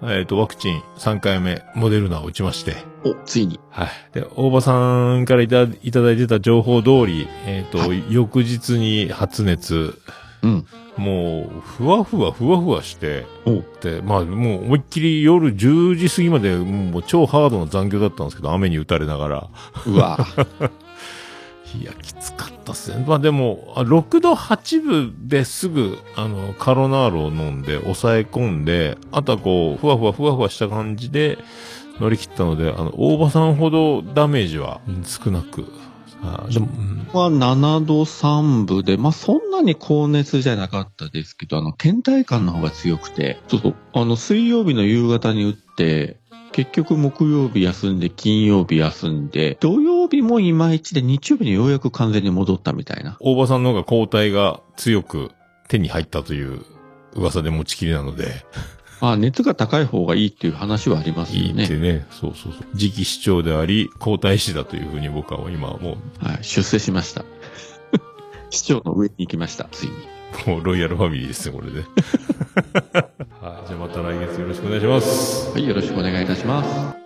えっ、と、ワクチン3回目、モデルナを打ちまして。お、ついに。はい。で、大場さんからいたいただいてた情報通り、えっ、と、は翌日に発熱、うん。もう、ふわふわ、ふわふわして、おで、まあ、もう思いっきり夜10時過ぎまで、もう超ハードな残業だったんですけど、雨に打たれながら。う わいや、きつかったっすね。まあでも、あ6度8分ですぐ、あの、カロナールを飲んで、抑え込んで、あとはこう、ふわふわふわふわした感じで乗り切ったので、あの、大場さんほどダメージはうん少なく。あでも、うんは7度3分で、まあ、そんなに高熱じゃなかったですけど、あの、倦怠感の方が強くて、そうそう、あの、水曜日の夕方に打って、結局木曜日休んで、金曜日休んで、土曜日もいまいちで、日曜日にようやく完全に戻ったみたいな。大場さんの方が抗体が強く手に入ったという噂で持ちきりなので、まあ、熱が高い方がいいっていう話はありますいよいってね。ね、そうそうそう。次期市長であり、抗体師だというふうに僕は今もはい、出世しました。 市長の上に行きました、ついに。う、もうロイヤルファミリーですね、これで。はい、じゃあまた来月よろしくお願いします。はい、よろしくお願いいたします。